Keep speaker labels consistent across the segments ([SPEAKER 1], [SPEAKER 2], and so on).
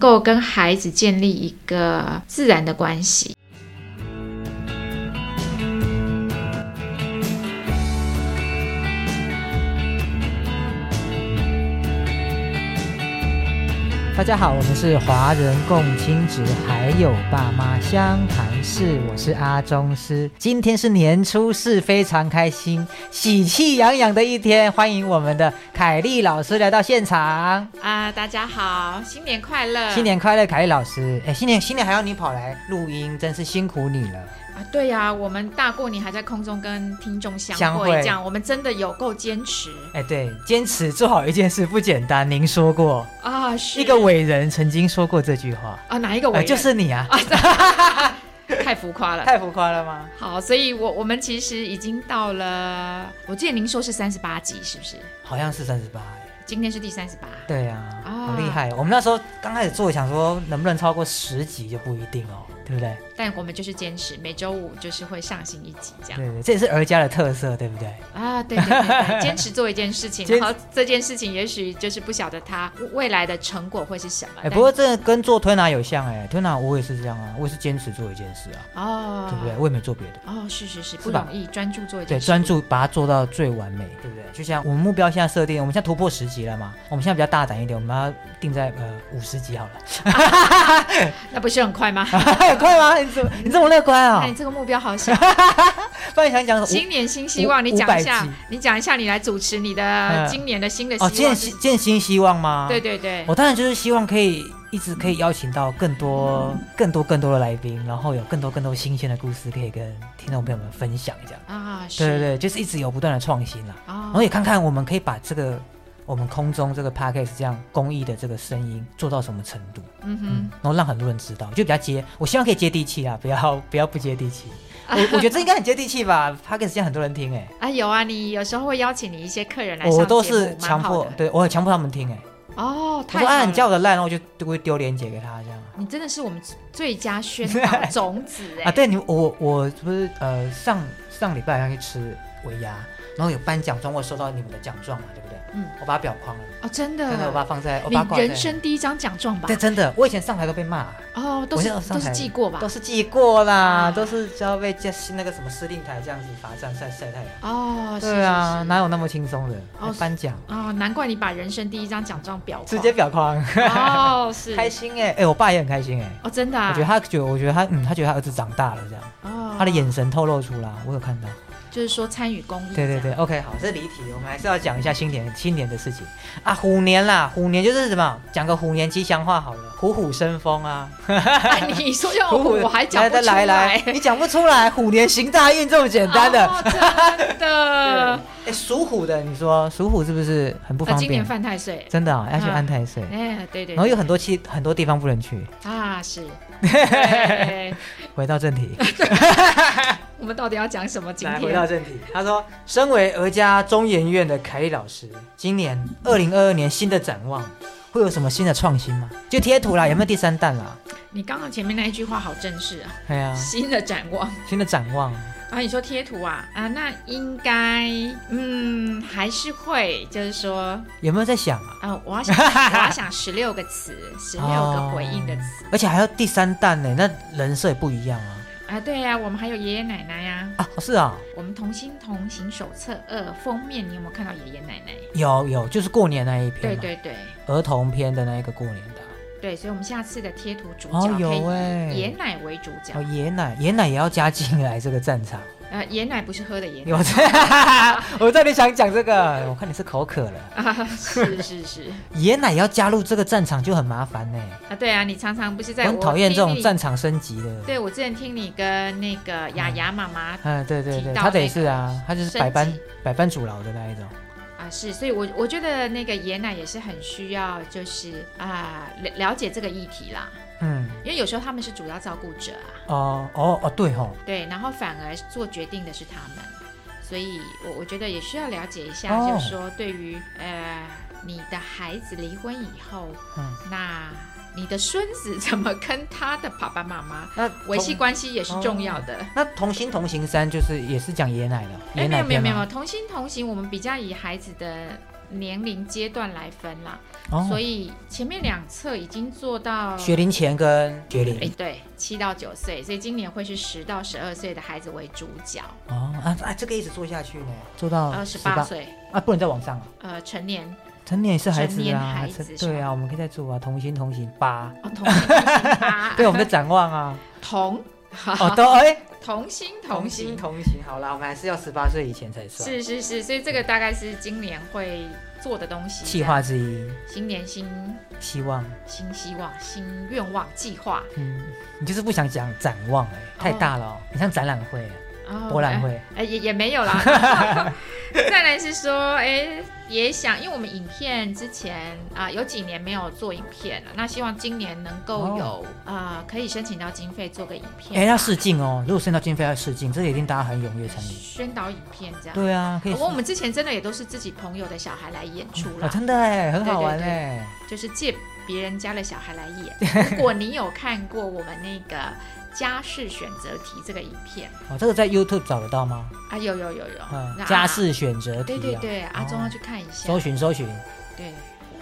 [SPEAKER 1] 够跟孩子建立一个自然的关系。
[SPEAKER 2] 大家好，我们是华人共亲职，还有爸妈湘潭市，我是阿宗师。今天是年初四，非常开心、喜气洋洋的一天，欢迎我们的凯丽老师来到现场。
[SPEAKER 1] 啊、大家好，新年快乐！
[SPEAKER 2] 新年快乐，凯丽老师！哎，新年新年还要你跑来录音，真是辛苦你了。
[SPEAKER 1] 啊，对呀、我们大过年还在空中跟听众相
[SPEAKER 2] 相
[SPEAKER 1] 会，
[SPEAKER 2] 会
[SPEAKER 1] 这样我们真的有够坚持
[SPEAKER 2] 哎，对，坚持做好一件事不简单。您说过，
[SPEAKER 1] 啊！是
[SPEAKER 2] 一个伟人曾经说过这句话，
[SPEAKER 1] 啊，哪一个
[SPEAKER 2] 哎
[SPEAKER 1] 伟人？
[SPEAKER 2] 就是你啊，
[SPEAKER 1] 太浮夸了。
[SPEAKER 2] 太浮夸了吗？
[SPEAKER 1] 好，所以我我们其实已经到了，我记得您说是三十八集，是不是？
[SPEAKER 2] 好像是三十八。
[SPEAKER 1] 今天是第三十八。
[SPEAKER 2] 对呀、
[SPEAKER 1] 啊
[SPEAKER 2] 好厉害！哦我们那时候刚开始做，想说能不能超过十集就不一定哦，对不对？
[SPEAKER 1] 但我们就是坚持，每周五就是会上新一集这样
[SPEAKER 2] 对对，这也是儿家的特色，对不对？
[SPEAKER 1] 啊，对对对 对，坚持做一件事情，
[SPEAKER 2] 坚持
[SPEAKER 1] 然后这件事情也许就是不晓得它未来的成果会是什么。
[SPEAKER 2] 哎、
[SPEAKER 1] 但
[SPEAKER 2] 不过这跟做推拿有像哎、推拿我也是这样啊，我也是坚持做一件事啊，
[SPEAKER 1] 哦，
[SPEAKER 2] 对不对？？我也没做别的，
[SPEAKER 1] 哦，是是是，不
[SPEAKER 2] 是吧
[SPEAKER 1] 容易，专注做一
[SPEAKER 2] 对，
[SPEAKER 1] 件事。
[SPEAKER 2] 专注把它做到最完美，对不对？就像我们目标现在设定，我们现在突破十集了嘛，我们现在比较大胆一点，我们要定在呃五十集好了，
[SPEAKER 1] 那不是很快吗？
[SPEAKER 2] 很快吗？你怎么你这么乐观
[SPEAKER 1] 那
[SPEAKER 2] 啊、
[SPEAKER 1] 你这个目标好 小。
[SPEAKER 2] 不然你想讲什么？
[SPEAKER 1] 哎新年新希望，
[SPEAKER 2] 五
[SPEAKER 1] 你讲一
[SPEAKER 2] 五
[SPEAKER 1] 下
[SPEAKER 2] 百集，
[SPEAKER 1] 你讲一下，你来主持你的
[SPEAKER 2] 嗯
[SPEAKER 1] 今年的新的希
[SPEAKER 2] 哦，
[SPEAKER 1] 望
[SPEAKER 2] 见
[SPEAKER 1] 是
[SPEAKER 2] 新见新希望吗？
[SPEAKER 1] 对对对，
[SPEAKER 2] 我当然就是希望可以一直可以邀请到更多、更多、更多的来宾，然后有更多、更多新鲜的故事可以跟听众朋友们分享，这样。
[SPEAKER 1] 啊，是
[SPEAKER 2] 对对对，就是一直有不断的创新啦，然后
[SPEAKER 1] 哦，
[SPEAKER 2] 也看看我们可以把这个我们空中这个 podcast 这样公益的这个声音做到什么程度，
[SPEAKER 1] 嗯
[SPEAKER 2] 嗯
[SPEAKER 1] 哼，，
[SPEAKER 2] 然后让很多人知道，就比较接，我希望可以接地气啊，不要不要不接地气。我我觉得这应该很接地气吧，podcast 现在很多人听哎、
[SPEAKER 1] 啊有啊，你有时候会邀请你一些客人来上节目，
[SPEAKER 2] 我都是强
[SPEAKER 1] 蛮好
[SPEAKER 2] 迫
[SPEAKER 1] 的，
[SPEAKER 2] 对我很强迫他们听哎、
[SPEAKER 1] 哦，
[SPEAKER 2] 我
[SPEAKER 1] 太
[SPEAKER 2] 说
[SPEAKER 1] 好
[SPEAKER 2] 啊，你
[SPEAKER 1] 了
[SPEAKER 2] 加我的赖，然后我就就会丢链接给他这样。
[SPEAKER 1] 你真的是我们最佳宣 导种子
[SPEAKER 2] 啊，
[SPEAKER 1] 哎、
[SPEAKER 2] 对你，我我不是呃上上礼拜好像去吃尾牙，然后有颁奖状，我收到你们的奖状嘛，对不对？
[SPEAKER 1] 嗯，
[SPEAKER 2] 我把它裱框了，
[SPEAKER 1] 哦，真
[SPEAKER 2] 真的，我
[SPEAKER 1] 的，
[SPEAKER 2] 把它放在，我
[SPEAKER 1] 你
[SPEAKER 2] 把它挂在
[SPEAKER 1] 人生第一张奖状吧
[SPEAKER 2] 对，？真的，我以前上台都被骂，
[SPEAKER 1] 哦，都
[SPEAKER 2] 我
[SPEAKER 1] 是
[SPEAKER 2] 现在上
[SPEAKER 1] 都是
[SPEAKER 2] 台
[SPEAKER 1] 记过吧
[SPEAKER 2] 都？是记过啦
[SPEAKER 1] 啊，
[SPEAKER 2] 都是就要被叫那个什么司令台这样子罚站晒晒太阳。
[SPEAKER 1] 哦，是
[SPEAKER 2] 对啊，
[SPEAKER 1] 是是
[SPEAKER 2] 哪有那么轻松的？
[SPEAKER 1] 哦
[SPEAKER 2] 还颁奖
[SPEAKER 1] 哦，难怪你把人生第一张奖状裱
[SPEAKER 2] 直 接裱框，
[SPEAKER 1] 框哦，是
[SPEAKER 2] 开心哎、哎、我爸也很开心哎、
[SPEAKER 1] 哦，真的、啊，
[SPEAKER 2] 我觉得他觉得，我觉得他，嗯，他觉得他儿子长大了这样，
[SPEAKER 1] 哦，
[SPEAKER 2] 他的眼神透露出来，我有看到。
[SPEAKER 1] 就是说参与公益，
[SPEAKER 2] 对对对，，OK，好，这离题，我们还是要讲一下新年新年的事情啊，虎年啦，虎年就是什么？讲个虎年吉祥话好了，虎虎生风啊，
[SPEAKER 1] 哎、 你说要我，我还讲不
[SPEAKER 2] 来
[SPEAKER 1] 出
[SPEAKER 2] 来来来，你讲不出来，虎年行大运这么简单的。
[SPEAKER 1] 哦、真的
[SPEAKER 2] 哎、。属虎的，你说属虎是不是很不
[SPEAKER 1] 那啊
[SPEAKER 2] 方
[SPEAKER 1] 今年
[SPEAKER 2] 便？
[SPEAKER 1] 犯太岁，
[SPEAKER 2] 真的、啊、要去
[SPEAKER 1] 啊
[SPEAKER 2] 安太岁，
[SPEAKER 1] 哎，对对
[SPEAKER 2] 然后
[SPEAKER 1] 对
[SPEAKER 2] 有很多期很多地方不能去。
[SPEAKER 1] 啊， 是。对
[SPEAKER 2] 回到正题，
[SPEAKER 1] 我们到底要讲什么？今
[SPEAKER 2] 来回
[SPEAKER 1] 天
[SPEAKER 2] 到正题。他说，身为俄家中研院的凯丽老师，今年二零二二年新的展望会有什么新的创新吗？就贴图啦，有没有第三弹啦？
[SPEAKER 1] 你刚刚前面那一句话好正式啊，
[SPEAKER 2] 哎呀，
[SPEAKER 1] 新的展望
[SPEAKER 2] 新的展望，
[SPEAKER 1] 啊！你说贴图啊啊，那应该嗯还是会，就是说
[SPEAKER 2] 有没有在想啊？
[SPEAKER 1] 啊，我要 想我要想十六个词，十六
[SPEAKER 2] 哦
[SPEAKER 1] 个回应的词、
[SPEAKER 2] 而且还要第三弹呢，那人设也不一样啊。
[SPEAKER 1] 啊，对呀、我们还有爷爷奶奶呀、
[SPEAKER 2] 啊，是啊，
[SPEAKER 1] 我们童心同行手册二封面，你有没有看到爷爷奶奶？
[SPEAKER 2] 有有，就是过年那一篇
[SPEAKER 1] 对
[SPEAKER 2] 嘛，
[SPEAKER 1] 对对
[SPEAKER 2] 儿童篇的那一个过年的啊。
[SPEAKER 1] 对，所以我们下次的贴图主
[SPEAKER 2] 哦
[SPEAKER 1] 角可
[SPEAKER 2] 有欸
[SPEAKER 1] 以以爷奶为主角
[SPEAKER 2] 哦，，爷奶爷奶也要加进来这个战 场。
[SPEAKER 1] 呃，爷奶不是喝的爷奶
[SPEAKER 2] 我在，我这里想讲这个，我看你是口渴了。
[SPEAKER 1] 啊， 是是是
[SPEAKER 2] 爷奶也要加入这个战场就很麻烦呢，
[SPEAKER 1] 啊，对啊，你常常不是
[SPEAKER 2] 我
[SPEAKER 1] 在
[SPEAKER 2] 很讨厌这种
[SPEAKER 1] 听你
[SPEAKER 2] 战场升级的。
[SPEAKER 1] 对，我之前听你跟那个雅雅妈妈
[SPEAKER 2] 嗯，对对
[SPEAKER 1] 提
[SPEAKER 2] 对，
[SPEAKER 1] 到
[SPEAKER 2] 他得
[SPEAKER 1] 那
[SPEAKER 2] 是
[SPEAKER 1] 个
[SPEAKER 2] 啊，他就是
[SPEAKER 1] 升
[SPEAKER 2] 百般
[SPEAKER 1] 级
[SPEAKER 2] 百般阻挠的那一种。
[SPEAKER 1] 啊，是，所以我我觉得那个爷奶也是很需要，就是啊了了解这个议题啦，
[SPEAKER 2] 嗯，
[SPEAKER 1] 因为有时候他们是主要照顾者啊，
[SPEAKER 2] 哦哦哦，对吼、
[SPEAKER 1] 对，然后反而做决定的是他们，所以我我觉得也需要了解一下，
[SPEAKER 2] 哦
[SPEAKER 1] 就是说对于呃你的孩子离婚以后，
[SPEAKER 2] 嗯
[SPEAKER 1] 那你的孙子怎么跟他的爸爸妈妈
[SPEAKER 2] 那
[SPEAKER 1] 维系
[SPEAKER 2] 同
[SPEAKER 1] 关系也是重要的。
[SPEAKER 2] 那同心同行三就是也是讲爷奶的，
[SPEAKER 1] 哎，没
[SPEAKER 2] 爷奶
[SPEAKER 1] 有没有
[SPEAKER 2] 篇
[SPEAKER 1] 没有没
[SPEAKER 2] 吗？
[SPEAKER 1] 有，同心同行，我们比较以孩子的年龄阶段来分啦，
[SPEAKER 2] 哦，
[SPEAKER 1] 所以前面两册已经做到
[SPEAKER 2] 学龄前跟学
[SPEAKER 1] 哎，
[SPEAKER 2] 龄
[SPEAKER 1] 对，七到九岁，所以今年会是十到十二岁的孩子为主角，
[SPEAKER 2] 哦啊啊，这个一直做下去呢，做
[SPEAKER 1] 呃，
[SPEAKER 2] 到
[SPEAKER 1] 十
[SPEAKER 2] 18
[SPEAKER 1] 八岁，
[SPEAKER 2] 啊，不能再往上了。
[SPEAKER 1] 呃，成年
[SPEAKER 2] 成年也是孩子
[SPEAKER 1] 成年
[SPEAKER 2] 啊，
[SPEAKER 1] 孩子
[SPEAKER 2] 成
[SPEAKER 1] 是
[SPEAKER 2] 对
[SPEAKER 1] 吧
[SPEAKER 2] 啊，我们可以再做啊，同心同行 八，
[SPEAKER 1] 哦， 同心同行吧
[SPEAKER 2] 对，我们在展望啊，
[SPEAKER 1] 同
[SPEAKER 2] 哦，都哎，
[SPEAKER 1] 同心同行，
[SPEAKER 2] 同行，好啦，我们还是要十八岁以前才算，
[SPEAKER 1] 是是是，所以这个大概是今年会做的东西，
[SPEAKER 2] 计划之一，
[SPEAKER 1] 新年新
[SPEAKER 2] 希望，
[SPEAKER 1] 新希望、新愿望计划，
[SPEAKER 2] 嗯，你就是不想讲展望哎，太大了哦，你像展览会啊，
[SPEAKER 1] 哦
[SPEAKER 2] 博览会
[SPEAKER 1] 哎、哎也也没有啦。 再来是说，哎，也想，因为我们影片之前啊、有几年没有做影片了，那希望今年能够有
[SPEAKER 2] 哦
[SPEAKER 1] 啊、可以申请到经费做个影片，
[SPEAKER 2] 哎，要试镜哦，如果申到经费要试镜，这个一定大家很踊跃参与，
[SPEAKER 1] 宣导影片这样。
[SPEAKER 2] 哎对啊，可以
[SPEAKER 1] 我我们之前真的也都是自己朋友的小孩来演出
[SPEAKER 2] 啊，
[SPEAKER 1] 啦，
[SPEAKER 2] 真的哎，很好玩
[SPEAKER 1] 对对
[SPEAKER 2] 哎，
[SPEAKER 1] 就是借别人家的小孩来演。如果你有看过我们那个家事选择题这个影片
[SPEAKER 2] 哦，这个在 YouTube 找得到吗？
[SPEAKER 1] 啊，有有有有，
[SPEAKER 2] 嗯
[SPEAKER 1] 那，
[SPEAKER 2] 家
[SPEAKER 1] 啊
[SPEAKER 2] 事选择题
[SPEAKER 1] 对
[SPEAKER 2] 啊，
[SPEAKER 1] 对对，阿忠
[SPEAKER 2] 哦
[SPEAKER 1] 要去看一下
[SPEAKER 2] 搜。寻搜寻，
[SPEAKER 1] 对，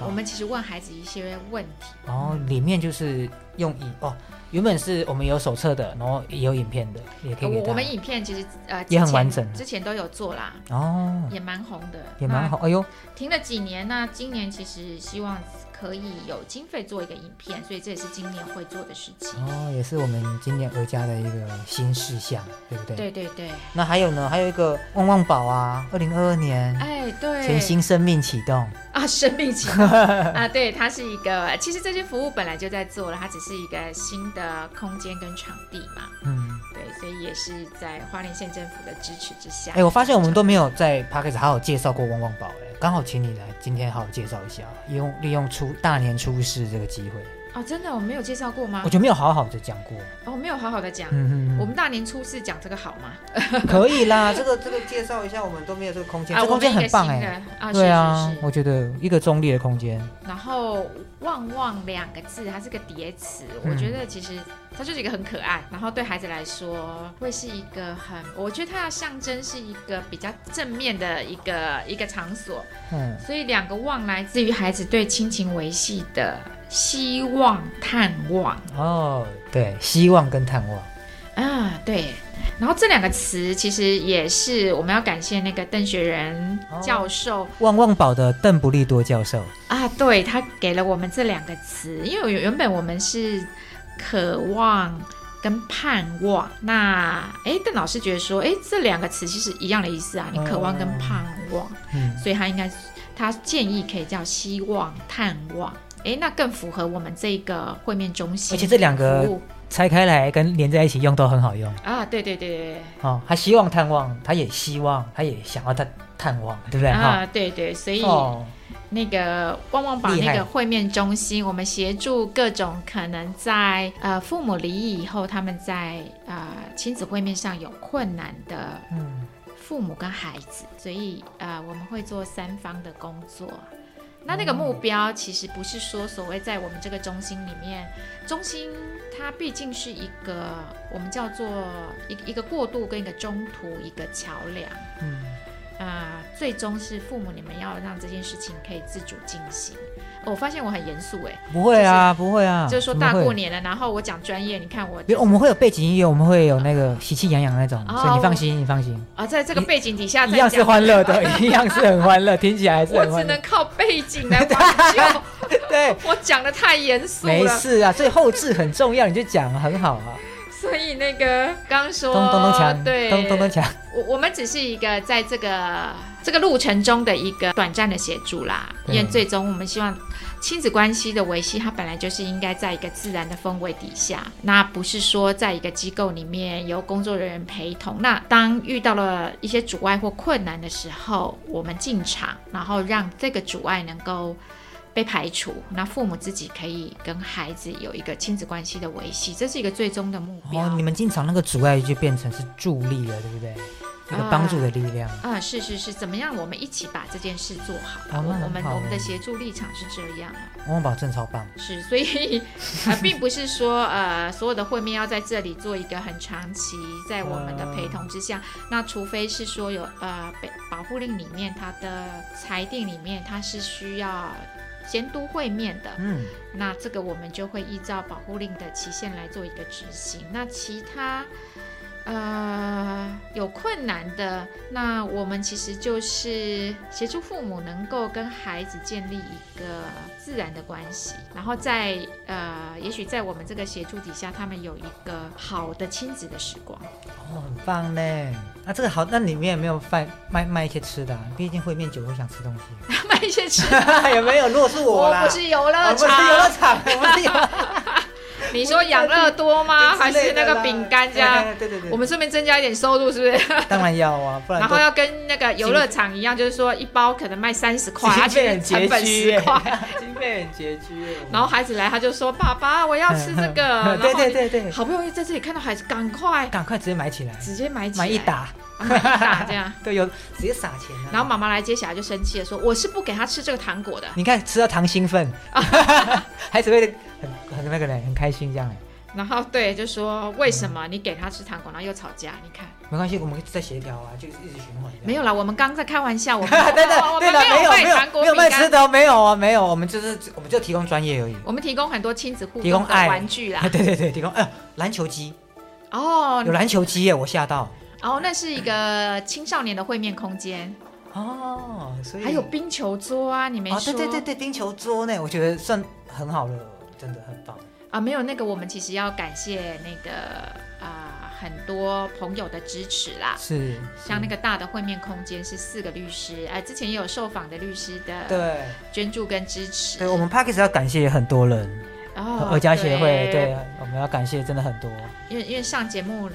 [SPEAKER 2] 好
[SPEAKER 1] 我们其实问孩子一些问题，
[SPEAKER 2] 然后里面就是用影哦，原本是我们有手册的，然后也有影片的，也可以给
[SPEAKER 1] 我
[SPEAKER 2] 大
[SPEAKER 1] 我们
[SPEAKER 2] 家
[SPEAKER 1] 影片其实呃
[SPEAKER 2] 也很
[SPEAKER 1] 之前
[SPEAKER 2] 完整
[SPEAKER 1] 之前都有做啦，
[SPEAKER 2] 哦，
[SPEAKER 1] 也蛮红的，
[SPEAKER 2] 也蛮好。。哎呦，
[SPEAKER 1] 停了几年，那今年其实希望可以有经费做一个影片，所以这也是今年会做的事情。
[SPEAKER 2] 哦，也是我们今年而家的一个新事项，对不对？。嗯
[SPEAKER 1] 对对对，
[SPEAKER 2] 那还有呢？还有一个旺旺宝啊，二零二二年
[SPEAKER 1] 哎对，
[SPEAKER 2] 全新生命启动，
[SPEAKER 1] 啊，生命启 动啊，对，它是一个，其实这些服务本来就在做了，它只是一个新的空间跟场地嘛，
[SPEAKER 2] 嗯，
[SPEAKER 1] 对，所以也是在花莲县政府的支持之下。
[SPEAKER 2] 哎，我发现我们都没有在 p a c k a g e 好好介绍过旺旺宝，哎，刚好请你来今天好好介绍一下，用利用出大年初四这个机会，
[SPEAKER 1] 哦，真的我没有介绍过吗
[SPEAKER 2] 我？觉得没有好好的讲过，
[SPEAKER 1] 哦，没有好好的讲。
[SPEAKER 2] 嗯嗯嗯
[SPEAKER 1] 啊我们大年初四讲这个好吗？
[SPEAKER 2] 可以啦， 这个这个介绍一下，我们都没有这个空间，这
[SPEAKER 1] 啊我
[SPEAKER 2] 空
[SPEAKER 1] 们一
[SPEAKER 2] 间
[SPEAKER 1] 个
[SPEAKER 2] 很
[SPEAKER 1] 新
[SPEAKER 2] 棒
[SPEAKER 1] 的
[SPEAKER 2] 哎、
[SPEAKER 1] 啊，
[SPEAKER 2] 对啊
[SPEAKER 1] 是，是是。
[SPEAKER 2] 我觉得一个中立的空间，
[SPEAKER 1] 然后“旺旺”两个字，它是个叠词，
[SPEAKER 2] 嗯
[SPEAKER 1] 我觉得其实它就是一个很可爱，然后对孩子来说会是一个很，我觉得它要象征是一个比较正面的一个一个场所，
[SPEAKER 2] 嗯，
[SPEAKER 1] 所以两个“旺”来自于孩子对亲情维系的希望探望
[SPEAKER 2] 哦，对，希望跟探望，
[SPEAKER 1] 啊，对。然后这两个词其实也是我们要感谢那个邓学仁
[SPEAKER 2] 哦
[SPEAKER 1] 教授
[SPEAKER 2] 旺旺宝的邓不利多教授，
[SPEAKER 1] 啊，对他给了我们这两个词，因为原本我们是渴望跟盼望，那哎，邓老师觉得说，哎，这两个词其实一样的意思啊，你渴望跟
[SPEAKER 2] 哦
[SPEAKER 1] 盼望，
[SPEAKER 2] 嗯，
[SPEAKER 1] 所以他应该他建议可以叫希望探望，哎，那更符合我们这个会面中心，
[SPEAKER 2] 而且这两个
[SPEAKER 1] 服务
[SPEAKER 2] 拆开来跟连在一起用都很好用，
[SPEAKER 1] 啊，对对对对
[SPEAKER 2] 哦，他希望探望，他也希望，他也想要探探望，对不对？
[SPEAKER 1] 对，
[SPEAKER 2] 哈、
[SPEAKER 1] 啊，对对，所以。
[SPEAKER 2] 哦，
[SPEAKER 1] 那个旺旺宝嗯
[SPEAKER 2] 厉害
[SPEAKER 1] 那个会面中心，我们协助各种可能在呃父母离异以后，他们在呃亲子会面上有困难的
[SPEAKER 2] 嗯，
[SPEAKER 1] 父母跟孩子，所以呃我们会做三方的工作。那那个目标其实不是说所谓在我们这个中心里面，中心它毕竟是一个我们叫做一个一个过渡跟一个中途一个桥梁。
[SPEAKER 2] 嗯，
[SPEAKER 1] 啊、最终是父母你们要让这件事情可以自主进行。哦我发现我很严肃哎，
[SPEAKER 2] 不会啊，不会啊，
[SPEAKER 1] 就是说
[SPEAKER 2] 怎么
[SPEAKER 1] 大
[SPEAKER 2] 会
[SPEAKER 1] 过。年了，然后我讲专业，你看我
[SPEAKER 2] 比如我们会有背景音乐，我们会有那个喜气洋洋那种，
[SPEAKER 1] 哦
[SPEAKER 2] 所以你放心，你放心，
[SPEAKER 1] 啊，在这个背景底下
[SPEAKER 2] 一
[SPEAKER 1] 再
[SPEAKER 2] 样是
[SPEAKER 1] 讲，
[SPEAKER 2] 欢乐的， 一样是很欢乐，听起来还 是
[SPEAKER 1] 我
[SPEAKER 2] 很欢
[SPEAKER 1] 只
[SPEAKER 2] 乐
[SPEAKER 1] 能。靠背景来 挽救。
[SPEAKER 2] 对，
[SPEAKER 1] 我讲的太严肃
[SPEAKER 2] 没
[SPEAKER 1] 了，
[SPEAKER 2] 事啊，所以后置很重要，你就讲啊很好啊。
[SPEAKER 1] 所以那个刚刚说
[SPEAKER 2] 咚咚咚锵，
[SPEAKER 1] 对，
[SPEAKER 2] 咚咚咚锵，
[SPEAKER 1] 我我们只是一个在这个这个路程中的一个短暂的协助啦，
[SPEAKER 2] 对
[SPEAKER 1] 因为最终我们希望亲子关系的维系，它本来就是应该在一个自然的氛围底下，那不是说在一个机构里面由工作人员陪同。那当遇到了一些阻碍或困难的时候，我们进场，然后让这个阻碍能够。被排除，那父母自己可以跟孩子有一个亲子关系的维系，这是一个最终的目标。
[SPEAKER 2] 哦，你们进场那个阻碍就变成是助力了，对不对？一个帮助的力量。
[SPEAKER 1] 啊，是是是，怎么样？我们一起把这件事做好。
[SPEAKER 2] 哦那
[SPEAKER 1] 我
[SPEAKER 2] 很
[SPEAKER 1] 我们
[SPEAKER 2] 好
[SPEAKER 1] 我们的
[SPEAKER 2] 欸
[SPEAKER 1] 协助立场是这样啊，
[SPEAKER 2] 汪汪宝真的超棒，
[SPEAKER 1] 是，所以呃，并不是说呃所有的会面要在这里做一个很长期，在我们的陪同之下，那除非是说有呃被保护令里面它的裁定里面它是需要监督会面的，
[SPEAKER 2] 嗯，
[SPEAKER 1] 那这个我们就会依照保护令的期限来做一个执行。那其他呃有困难的，那我们其实就是协助父母能够跟孩子建立一个自然的关系，然后在呃也许在我们这个协助底下，他们有一个好的亲子的时光。
[SPEAKER 2] 哦，很棒呢。那、这个好，那里面有没有卖卖卖一些吃的、啊？毕竟会面久会想吃东西，
[SPEAKER 1] 卖一些吃，
[SPEAKER 2] 有没有？如果是我
[SPEAKER 1] 我
[SPEAKER 2] 啦，
[SPEAKER 1] 不是游乐
[SPEAKER 2] 我不是游乐
[SPEAKER 1] 场，
[SPEAKER 2] 场， 我不是游乐场
[SPEAKER 1] 你说养乐多吗？ 还
[SPEAKER 2] 之
[SPEAKER 1] 是
[SPEAKER 2] 类的
[SPEAKER 1] 那
[SPEAKER 2] 啦
[SPEAKER 1] 个饼干这样？
[SPEAKER 2] 对对对对，
[SPEAKER 1] 我们顺便增加一点收入，是不是？
[SPEAKER 2] 当然要啊， 不然
[SPEAKER 1] 然后
[SPEAKER 2] 都
[SPEAKER 1] 要跟那个游乐场一样，就是说一包可能卖三十块， 他
[SPEAKER 2] 经费
[SPEAKER 1] 觉得成
[SPEAKER 2] 很拮
[SPEAKER 1] 本
[SPEAKER 2] 据
[SPEAKER 1] 十
[SPEAKER 2] 耶
[SPEAKER 1] 块。，
[SPEAKER 2] 经费很拮据耶。
[SPEAKER 1] 然后孩子来，他就说：“爸爸，我要吃这个。”然
[SPEAKER 2] 对
[SPEAKER 1] 后
[SPEAKER 2] 对对对，
[SPEAKER 1] 好不容易在这里看到孩子，赶快
[SPEAKER 2] 赶快直接买起来，
[SPEAKER 1] 直接买起来
[SPEAKER 2] 买一，打，
[SPEAKER 1] 买一打这样。
[SPEAKER 2] 对，有直接撒钱啊。
[SPEAKER 1] 然后妈妈来接小孩就生气了，说：“我是不给他吃这个糖果 的。
[SPEAKER 2] 你看吃到糖兴奋， 孩子会很很那个嘞，很开心这样嘞。”
[SPEAKER 1] 然后对，就说：“为什么你给他吃糖果，然后又吵架？你 看
[SPEAKER 2] 没关系，我们再协调啊，就是一直循环。
[SPEAKER 1] 没有啦，我们刚在开玩笑，我们
[SPEAKER 2] 对对
[SPEAKER 1] 哦我
[SPEAKER 2] 对
[SPEAKER 1] 们
[SPEAKER 2] 的，没有
[SPEAKER 1] 有卖
[SPEAKER 2] 没有
[SPEAKER 1] 糖果
[SPEAKER 2] 没有
[SPEAKER 1] 饼
[SPEAKER 2] 卖
[SPEAKER 1] 干
[SPEAKER 2] 吃的哦，没有啊，没有，我们就是我们就提供专业而已。
[SPEAKER 1] 我们提供很多亲子互
[SPEAKER 2] 提供
[SPEAKER 1] 动的
[SPEAKER 2] 爱
[SPEAKER 1] 玩具啦
[SPEAKER 2] 啊，。 对对对，提供哎呦，篮球机
[SPEAKER 1] 哦
[SPEAKER 2] 有，篮球机耶，我吓到。
[SPEAKER 1] 哦，那是一个青少年的会面空间。”
[SPEAKER 2] 哦，所以
[SPEAKER 1] 还有冰球桌啊，你没
[SPEAKER 2] 哦，
[SPEAKER 1] 说？
[SPEAKER 2] 对对对对，冰球桌呢，我觉得算很好了，真的很棒。
[SPEAKER 1] 啊，没有那个，我们其实要感谢那个啊、很多朋友的支持啦。
[SPEAKER 2] 是，
[SPEAKER 1] 像那个大的会面空间是四个律师，哎、之前也有受访的律师的
[SPEAKER 2] 对
[SPEAKER 1] 捐助跟支持。
[SPEAKER 2] 对，我们 p a c k e s 要感谢很多人，
[SPEAKER 1] 哦，
[SPEAKER 2] 儿家协会，对
[SPEAKER 1] 对，，
[SPEAKER 2] 我们要感谢真的很多，
[SPEAKER 1] 因为因为上节目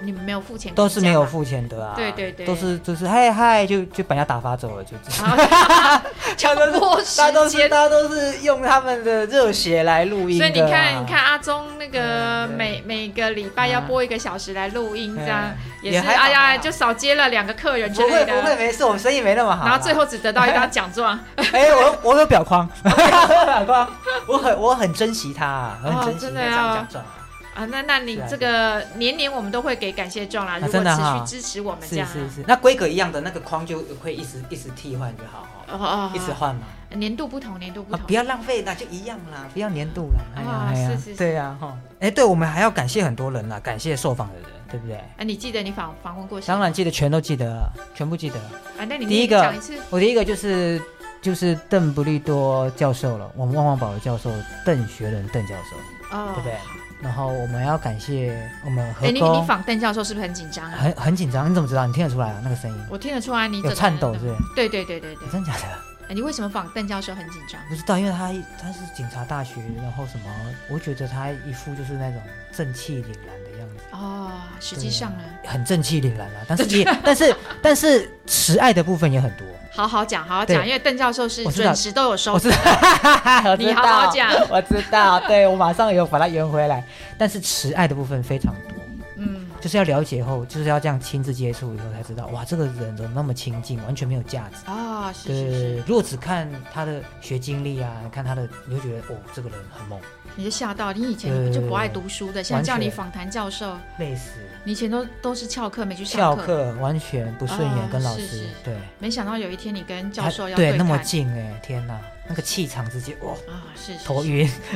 [SPEAKER 1] 你们没有付钱，
[SPEAKER 2] 都是没有。付钱的啊，
[SPEAKER 1] 对对对
[SPEAKER 2] 都是就是嗨嗨，就就把人家打发走了，就这样。
[SPEAKER 1] 然后
[SPEAKER 2] 大家 都
[SPEAKER 1] 强迫
[SPEAKER 2] 是
[SPEAKER 1] 时
[SPEAKER 2] 大家都是
[SPEAKER 1] 间
[SPEAKER 2] 大家都是用他们的热血来录音
[SPEAKER 1] 所
[SPEAKER 2] 的啊、
[SPEAKER 1] 以你看，你看阿忠那个
[SPEAKER 2] 嗯对
[SPEAKER 1] 每每个礼拜要播一个小时来录音，这样
[SPEAKER 2] 嗯
[SPEAKER 1] 也
[SPEAKER 2] 也
[SPEAKER 1] 是
[SPEAKER 2] 还好
[SPEAKER 1] 哎呀，
[SPEAKER 2] 还好
[SPEAKER 1] 就少接了两个客人之
[SPEAKER 2] 不
[SPEAKER 1] 类
[SPEAKER 2] 会
[SPEAKER 1] 的。啊
[SPEAKER 2] 不会，没事，我们生意没那么好啦。
[SPEAKER 1] 然后最后只得到一张奖状，
[SPEAKER 2] 哎、我我有表框，我有表框，我很我很珍惜它啊，
[SPEAKER 1] 哦
[SPEAKER 2] 很珍惜
[SPEAKER 1] 真的
[SPEAKER 2] 这
[SPEAKER 1] 哦
[SPEAKER 2] 张奖状啊。
[SPEAKER 1] 啊，那那你
[SPEAKER 2] 是啊啊
[SPEAKER 1] 这个年年我们都会给感谢状啦，如果
[SPEAKER 2] 真的哈
[SPEAKER 1] 持续支持我们这
[SPEAKER 2] 是
[SPEAKER 1] 样啊，
[SPEAKER 2] 是是，那规格一样的那个框就会一直一直替换就好哦，
[SPEAKER 1] 哦哦，
[SPEAKER 2] 一直换嘛，
[SPEAKER 1] 哦年度不同，年度不
[SPEAKER 2] 啊
[SPEAKER 1] 同，
[SPEAKER 2] 不要浪费啦，就一样啦，不要粘度啦。哎呀
[SPEAKER 1] 哦
[SPEAKER 2] 哎呀，
[SPEAKER 1] 是是是
[SPEAKER 2] 对呀哈。哎，对，我们还要感谢很多人啦，感谢受访的人，对不对？
[SPEAKER 1] 啊，你记得你访访问过谁？
[SPEAKER 2] 当然记得，全都记得，全部记得。
[SPEAKER 1] 啊，那你
[SPEAKER 2] 第一
[SPEAKER 1] 念
[SPEAKER 2] 个
[SPEAKER 1] 讲一次，
[SPEAKER 2] 我第一个就是就是邓布利多教授了，我们旺旺宝的教授邓学仁邓教授，
[SPEAKER 1] 哦
[SPEAKER 2] 对不对？？然后我们要感谢我们
[SPEAKER 1] 哎，
[SPEAKER 2] 何
[SPEAKER 1] 你你
[SPEAKER 2] 工，
[SPEAKER 1] 访邓教授是不是很紧张啊？
[SPEAKER 2] 很很紧张，你怎么知道？你听得出来啊？那个声音
[SPEAKER 1] 我听得出来你整
[SPEAKER 2] 有
[SPEAKER 1] 个
[SPEAKER 2] 颤
[SPEAKER 1] 人
[SPEAKER 2] 抖
[SPEAKER 1] 的
[SPEAKER 2] 是不是？
[SPEAKER 1] 对对对对对，
[SPEAKER 2] 真假的？
[SPEAKER 1] 哎你为什么访邓教授很紧张？
[SPEAKER 2] 不知道，因为他他是警察大学，然后什么，我觉得他一副就是那种正气凛然的样子，
[SPEAKER 1] 哦，实际上呢，
[SPEAKER 2] 很正气凛然啊。但是也 但是但是慈爱的部分也很多，
[SPEAKER 1] 好好讲，好好
[SPEAKER 2] 对
[SPEAKER 1] 讲，因为邓教授是
[SPEAKER 2] 我知道
[SPEAKER 1] 准时都有收
[SPEAKER 2] 我，知道， 我知
[SPEAKER 1] 你好好
[SPEAKER 2] 道
[SPEAKER 1] 讲，
[SPEAKER 2] 我知道，对我马上有把它圆回来。但是慈爱的部分非常多，
[SPEAKER 1] 嗯，
[SPEAKER 2] 就是要了解后，就是要这样亲自接触以后才知道，哇，这个人怎么那么亲近，完全没有价值。
[SPEAKER 1] 哦，是
[SPEAKER 2] 对
[SPEAKER 1] 是是，
[SPEAKER 2] 如果只看他的学经历啊，看他的，你会觉得哦，这个人很猛，
[SPEAKER 1] 你就吓到，你以
[SPEAKER 2] 对
[SPEAKER 1] 前就不爱读书的，现在
[SPEAKER 2] 完
[SPEAKER 1] 叫你
[SPEAKER 2] 全
[SPEAKER 1] 访谈教授。
[SPEAKER 2] 累死，
[SPEAKER 1] 你以前都都是翘课没去上
[SPEAKER 2] 翘
[SPEAKER 1] 课，
[SPEAKER 2] 课完全不顺眼，
[SPEAKER 1] 啊
[SPEAKER 2] 跟老
[SPEAKER 1] 是
[SPEAKER 2] 师
[SPEAKER 1] 是
[SPEAKER 2] 对，
[SPEAKER 1] 没想到有一天你跟教
[SPEAKER 2] 他
[SPEAKER 1] 授要
[SPEAKER 2] 对
[SPEAKER 1] 看
[SPEAKER 2] 那么近哎、天哪，那个气场直接哇，
[SPEAKER 1] 啊，是是
[SPEAKER 2] 头
[SPEAKER 1] 是
[SPEAKER 2] 晕，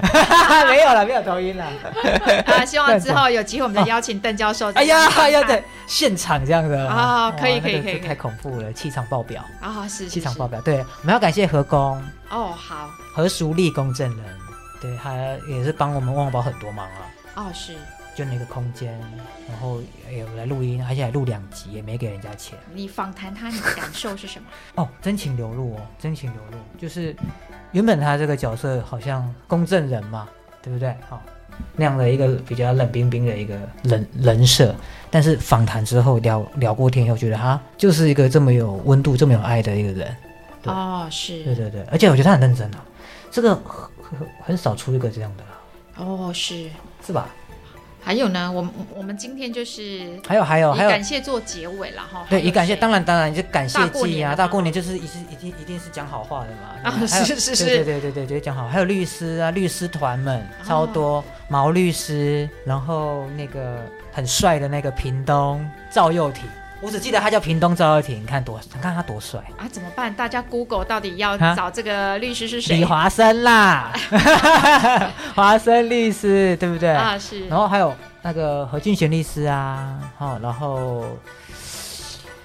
[SPEAKER 2] 没有了，没有头晕了。
[SPEAKER 1] 啊，希望之后有机会我们再邀请邓教授。
[SPEAKER 2] 哎呀哎呀，对，现场这样的
[SPEAKER 1] 啊
[SPEAKER 2] 哇
[SPEAKER 1] 可以
[SPEAKER 2] 那
[SPEAKER 1] 可以
[SPEAKER 2] 个
[SPEAKER 1] 可以
[SPEAKER 2] 是
[SPEAKER 1] 可以
[SPEAKER 2] 太恐怖了，气场爆表，
[SPEAKER 1] 啊，是
[SPEAKER 2] 气
[SPEAKER 1] 是
[SPEAKER 2] 场
[SPEAKER 1] 是
[SPEAKER 2] 爆表。对，我们要感谢何工
[SPEAKER 1] 哦，好
[SPEAKER 2] 何淑丽公证人，对，他也是帮我们旺宝很多忙啊，
[SPEAKER 1] 哦是，
[SPEAKER 2] 就那个空间，然后哎我们来录音，而且还录两集，也没给人家钱。
[SPEAKER 1] 你访谈他，你的感受是什么？
[SPEAKER 2] 哦，真情流露哦，真情流露，就是原本他这个角色好像公证人嘛，对不对？好、那样的一个比较冷冰冰的一个人人设，但是访谈之后聊聊过天以后，觉得他就是一个这么有温度、这么有爱的一个人。 对
[SPEAKER 1] 哦
[SPEAKER 2] 对
[SPEAKER 1] 是，
[SPEAKER 2] 对对，而且我觉得他很认真啊，这个很很很少出一个这样的啦，
[SPEAKER 1] 哦是，
[SPEAKER 2] 是吧？
[SPEAKER 1] 还有呢，我们我们今天就是
[SPEAKER 2] 还有还有
[SPEAKER 1] 以
[SPEAKER 2] 哦还有
[SPEAKER 1] 感，谢做结尾了哈。
[SPEAKER 2] 对，
[SPEAKER 1] 还有
[SPEAKER 2] 以感谢，
[SPEAKER 1] 谁
[SPEAKER 2] 当然当然就感谢
[SPEAKER 1] 大过
[SPEAKER 2] 祭
[SPEAKER 1] 年
[SPEAKER 2] 啊，
[SPEAKER 1] 的
[SPEAKER 2] 大
[SPEAKER 1] 嘛
[SPEAKER 2] 过年就是一定一定一定是讲好话的嘛。
[SPEAKER 1] 啊
[SPEAKER 2] 对不对还有
[SPEAKER 1] 是是是
[SPEAKER 2] 对对对对对，就是讲好。还有律师啊，律师团们超多，毛律师，然后那个很帅的那个屏东赵又廷，我只记得他叫屏东赵又廷，你看多，你看他多帅。
[SPEAKER 1] 啊，怎么办？大家 Google 到底要
[SPEAKER 2] 啊
[SPEAKER 1] 找这个律师是谁
[SPEAKER 2] 李华生啦， 华生律师，对不对？
[SPEAKER 1] 啊？是
[SPEAKER 2] 然后还有那个何俊贤律师啊，好、然后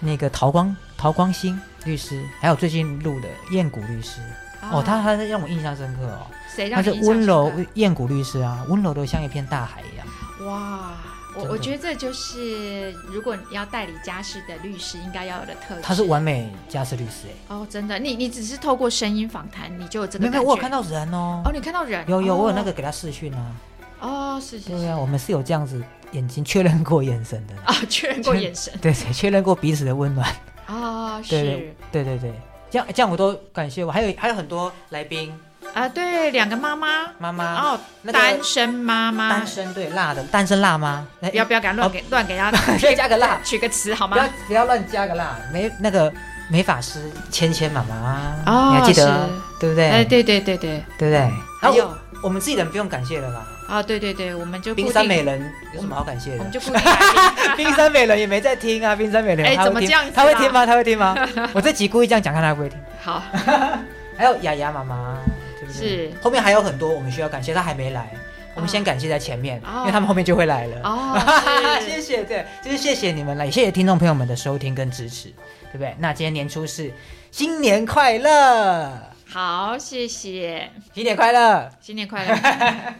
[SPEAKER 2] 那个陶光陶光兴律师，还有最近录的燕谷律师，哦，
[SPEAKER 1] 啊
[SPEAKER 2] 他他让我印象深刻哦，
[SPEAKER 1] 谁
[SPEAKER 2] 他
[SPEAKER 1] 让你
[SPEAKER 2] 是
[SPEAKER 1] 印象
[SPEAKER 2] 温
[SPEAKER 1] 深
[SPEAKER 2] 柔
[SPEAKER 1] 刻哦
[SPEAKER 2] 燕谷律师啊，温柔的像一片大海一样，
[SPEAKER 1] 哇。我
[SPEAKER 2] 真的
[SPEAKER 1] 我觉得这就是，如果你要代理家事的律师应该要有的特质。
[SPEAKER 2] 他是完美家事律师哎、
[SPEAKER 1] 哦，真的，你你只是透过声音访谈，你就有这个
[SPEAKER 2] 没有
[SPEAKER 1] 感
[SPEAKER 2] 没
[SPEAKER 1] 觉。
[SPEAKER 2] 有，我有看到人哦，
[SPEAKER 1] 哦，你看到人
[SPEAKER 2] 有有
[SPEAKER 1] 哦
[SPEAKER 2] 我有那个给他视讯啊，
[SPEAKER 1] 哦，是是是
[SPEAKER 2] 对啊，我们是有这样子眼睛确认过眼神的，
[SPEAKER 1] 啊，确认过眼 神
[SPEAKER 2] 对对，确认过彼此的温暖。
[SPEAKER 1] 啊，是
[SPEAKER 2] 对对对对，这样这样我都感谢我，还有还有很多来宾
[SPEAKER 1] 啊，对，两个妈妈，
[SPEAKER 2] 妈妈
[SPEAKER 1] 哦，
[SPEAKER 2] 那个
[SPEAKER 1] 单身妈妈，
[SPEAKER 2] 单身对辣的单身辣吗？哎
[SPEAKER 1] 不要不要给他乱给乱 给他
[SPEAKER 2] 要加个辣
[SPEAKER 1] 取个词好
[SPEAKER 2] 不要
[SPEAKER 1] 吗？
[SPEAKER 2] 不要乱加个辣，没那个美法师芊芊妈妈，
[SPEAKER 1] 哦
[SPEAKER 2] 你还记得
[SPEAKER 1] 是
[SPEAKER 2] 对不对？
[SPEAKER 1] 哎，对对对对，
[SPEAKER 2] 对不对？
[SPEAKER 1] 还有
[SPEAKER 2] 啊我我们自己人不用感谢了啦，
[SPEAKER 1] 啊，对对对，我们就
[SPEAKER 2] 冰
[SPEAKER 1] 固
[SPEAKER 2] 山
[SPEAKER 1] 定
[SPEAKER 2] 美人有什么好感谢
[SPEAKER 1] 我们
[SPEAKER 2] 的？
[SPEAKER 1] 就固定来宾
[SPEAKER 2] 冰山美人也没在听啊，冰山美人，
[SPEAKER 1] 哎
[SPEAKER 2] 她会
[SPEAKER 1] 怎么
[SPEAKER 2] 听
[SPEAKER 1] 这样子
[SPEAKER 2] 她会
[SPEAKER 1] 啦
[SPEAKER 2] 听吗？她会 听吗？我这集故意这样讲，看她会不会听。
[SPEAKER 1] 好，
[SPEAKER 2] 还有雅雅妈妈，对不对？
[SPEAKER 1] 是
[SPEAKER 2] 后面还有很多我们需要感谢，她还没来，我们
[SPEAKER 1] 哦
[SPEAKER 2] 先感谢在前面，
[SPEAKER 1] 哦
[SPEAKER 2] 因为他们后面就会来了。
[SPEAKER 1] 哦
[SPEAKER 2] 谢
[SPEAKER 1] 是
[SPEAKER 2] 谢，对，就是谢谢你们了，也谢谢听众朋友们的收听跟支持，对不对？那今天年初四，新年快乐，
[SPEAKER 1] 好，谢谢，
[SPEAKER 2] 新年快乐。
[SPEAKER 1] 新年快乐。